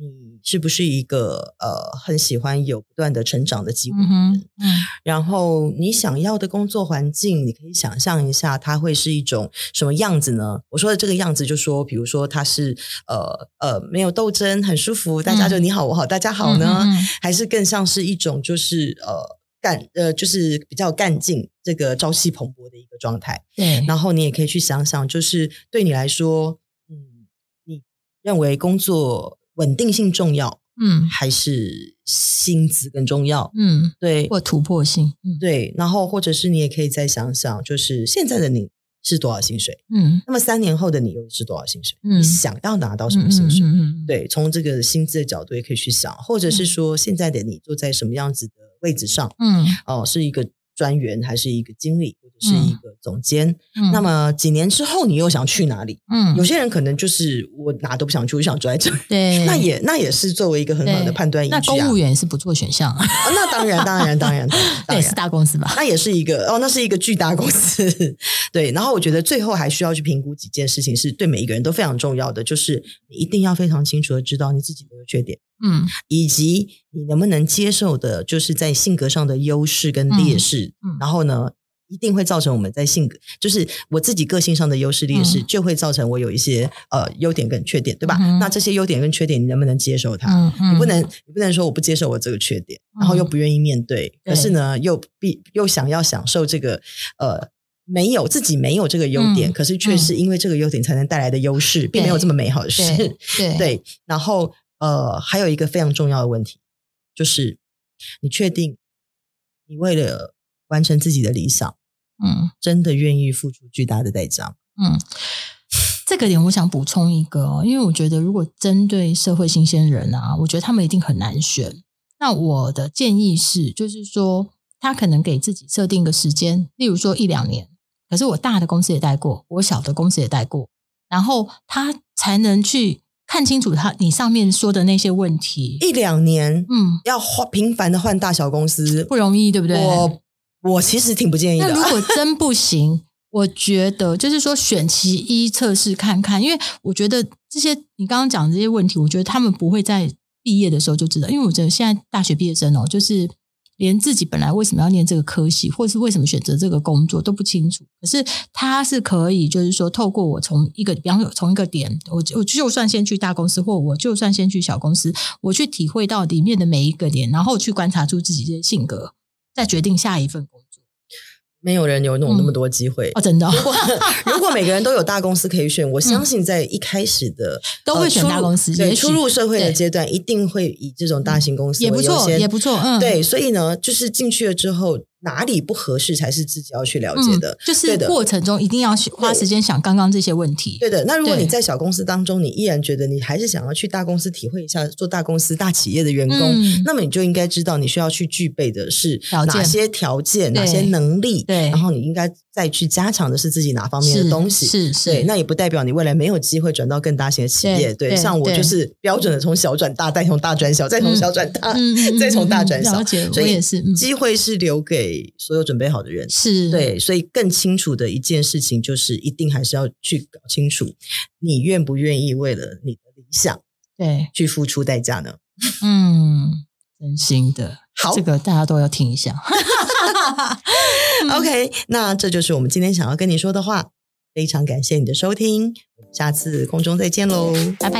[SPEAKER 1] 你是不是一个呃很喜欢有不断的成长的机会？
[SPEAKER 2] 嗯哼，嗯，
[SPEAKER 1] 然后你想要的工作环境，你可以想象一下，它会是一种什么样子呢？我说的这个样子，就说比如说它是呃呃没有斗争，很舒服，大家就你好我好大家好呢，
[SPEAKER 2] 嗯嗯嗯嗯
[SPEAKER 1] 还是更像是一种就是呃干呃就是比较干劲，这个朝气蓬勃的一个状态？
[SPEAKER 2] 对，
[SPEAKER 1] *laughs* 然后你也可以去想想，就是对你来说，嗯，你认为工作稳定性重要，
[SPEAKER 2] 嗯
[SPEAKER 1] 还是薪资更重要？
[SPEAKER 2] 嗯，
[SPEAKER 1] 对
[SPEAKER 2] 或突破性，嗯
[SPEAKER 1] 对，然后或者是你也可以再想想，就是现在的你是多少薪水，
[SPEAKER 2] 嗯
[SPEAKER 1] 那么三年后的你又是多少薪水？
[SPEAKER 2] 嗯
[SPEAKER 1] 你想要拿到什么
[SPEAKER 2] 嗯
[SPEAKER 1] 薪水？
[SPEAKER 2] 嗯嗯，嗯，
[SPEAKER 1] 对，从这个薪资的角度也可以去想，或者是
[SPEAKER 2] 嗯
[SPEAKER 1] 说现在的你坐在什么样子的位置上？
[SPEAKER 2] 嗯
[SPEAKER 1] 哦，是一个专员，还是一个经理，或者是一个总监。
[SPEAKER 2] 嗯
[SPEAKER 1] 那么几年之后，你又想去哪里？有
[SPEAKER 2] 嗯，
[SPEAKER 1] 些人可能就是我哪都不想去，我就想住在这里。
[SPEAKER 2] 对，
[SPEAKER 1] 那也那也是作为一个很好的
[SPEAKER 2] 对
[SPEAKER 1] 判断依据
[SPEAKER 2] 那
[SPEAKER 1] 啊。
[SPEAKER 2] 公务员也是不错选项啊，
[SPEAKER 1] 啊那当然，当然，当然，当
[SPEAKER 2] *laughs*
[SPEAKER 1] 然，啊
[SPEAKER 2] 对，是大公司吧？
[SPEAKER 1] 那也是一个哦，那是一个巨大公司， *laughs* 对。然后我觉得最后还需要去评估几件事情，是对每一个人都非常重要的，就是你一定要非常清楚的知道你自己的优缺点，
[SPEAKER 2] 嗯
[SPEAKER 1] 以及你能不能接受的，就是在性格上的优势跟劣势。
[SPEAKER 2] 嗯嗯
[SPEAKER 1] 然后呢，一定会造成我们在性格，就是我自己个性上的优势劣势，
[SPEAKER 2] 嗯
[SPEAKER 1] 就会造成我有一些呃优点跟缺点，对吧？
[SPEAKER 2] 嗯哼
[SPEAKER 1] 那这些优点跟缺点，你能不能接受它？
[SPEAKER 2] 嗯嗯，
[SPEAKER 1] 你不能，你不能说我不接受我这个缺点，然后又不愿意面对，可
[SPEAKER 2] 对
[SPEAKER 1] 是呢，又必又想要享受这个呃没有自己没有这个优点，
[SPEAKER 2] 嗯
[SPEAKER 1] 可是却是因为这个优点才能带来的优势，并没有这么美好的事。
[SPEAKER 2] 对对
[SPEAKER 1] 对，然后呃，还有一个非常重要的问题，就是你确定你为了完成自己的理想，
[SPEAKER 2] 嗯
[SPEAKER 1] 真的愿意付出巨大的代价吗？
[SPEAKER 2] 嗯，这个点我想补充一个、哦，因为我觉得如果针对社会新鲜人啊，我觉得他们一定很难选。那我的建议是，就是说他可能给自己设定个时间，例如说一两年。可是我大的公司也待过，我小的公司也待过，然后他才能去看清楚他你上面说的那些问题。
[SPEAKER 1] 一两年、
[SPEAKER 2] 嗯，
[SPEAKER 1] 要换频繁的换大小公司，
[SPEAKER 2] 不容易，对不对？
[SPEAKER 1] 我我其实挺不建议
[SPEAKER 2] 那
[SPEAKER 1] 的。啊 *laughs*
[SPEAKER 2] 如果真不行，我觉得就是说选其一测试看看，因为我觉得这些你刚刚讲的这些问题，我觉得他们不会在毕业的时候就知道，因为我觉得现在大学毕业生哦，就是连自己本来为什么要念这个科系，或是为什么选择这个工作都不清楚。可是他是可以，就是说透过我从一个，比方说从一个点，我我就算先去大公司，或我就算先去小公司，我去体会到里面的每一个点，然后去观察出自己的性格，再决定下一份工作。
[SPEAKER 1] 没有人有那种那么多机会。
[SPEAKER 2] 哦，真的哦、
[SPEAKER 1] 如果 *laughs* 如果每个人都有大公司可以选，我相信在一开始的、
[SPEAKER 2] *laughs* 嗯 *laughs* 都会选大公司
[SPEAKER 1] 呃出入
[SPEAKER 2] 也
[SPEAKER 1] 对，
[SPEAKER 2] 许
[SPEAKER 1] 初入社会的
[SPEAKER 2] 对
[SPEAKER 1] 阶段一定会以这种大型公司
[SPEAKER 2] 也不
[SPEAKER 1] 为优
[SPEAKER 2] 错，
[SPEAKER 1] 先
[SPEAKER 2] 也不错，嗯，
[SPEAKER 1] 对，所以呢，就是进去了之后哪里不合适才是自己要去了解的。
[SPEAKER 2] 嗯
[SPEAKER 1] 对
[SPEAKER 2] 就是
[SPEAKER 1] 的
[SPEAKER 2] 过程中一定要去花时间想刚刚这些问题。
[SPEAKER 1] 对的，那如果
[SPEAKER 2] 对
[SPEAKER 1] 你在小公司当中，你依然觉得你还是想要去大公司体会一下做大公司、大企业的员工，
[SPEAKER 2] 嗯
[SPEAKER 1] 那么你就应该知道你需要去具备的是
[SPEAKER 2] 条件
[SPEAKER 1] 哪些条件、
[SPEAKER 2] 对
[SPEAKER 1] 哪些能力，
[SPEAKER 2] 对
[SPEAKER 1] 然后你应该再去加强的是自己哪方面的东西。
[SPEAKER 2] 是是，
[SPEAKER 1] 对，那也不代表你未来没有机会转到更大型的企业。
[SPEAKER 2] 嗯对对
[SPEAKER 1] 像我
[SPEAKER 2] 对
[SPEAKER 1] 就是标准的从小转大，再从大转小，再从小转大，
[SPEAKER 2] 嗯嗯
[SPEAKER 1] *laughs*
[SPEAKER 2] 嗯
[SPEAKER 1] 再从大转
[SPEAKER 2] 嗯
[SPEAKER 1] 小。
[SPEAKER 2] 了解，我
[SPEAKER 1] 所以
[SPEAKER 2] 也是，嗯，
[SPEAKER 1] 机会是留给所有准备好的人。
[SPEAKER 2] 是，
[SPEAKER 1] 对，所以更清楚的一件事情就是，一定还是要去搞清楚，你愿不愿意为了你的理想
[SPEAKER 2] 对，
[SPEAKER 1] 去付出代价呢？
[SPEAKER 2] 嗯，真心的，
[SPEAKER 1] 好
[SPEAKER 2] 这个大家都要听一下。嗯
[SPEAKER 1] OK，那这就是我们今天想要跟你说的话。非常感谢你的收听，我们下次空中再见喽。
[SPEAKER 2] 拜拜。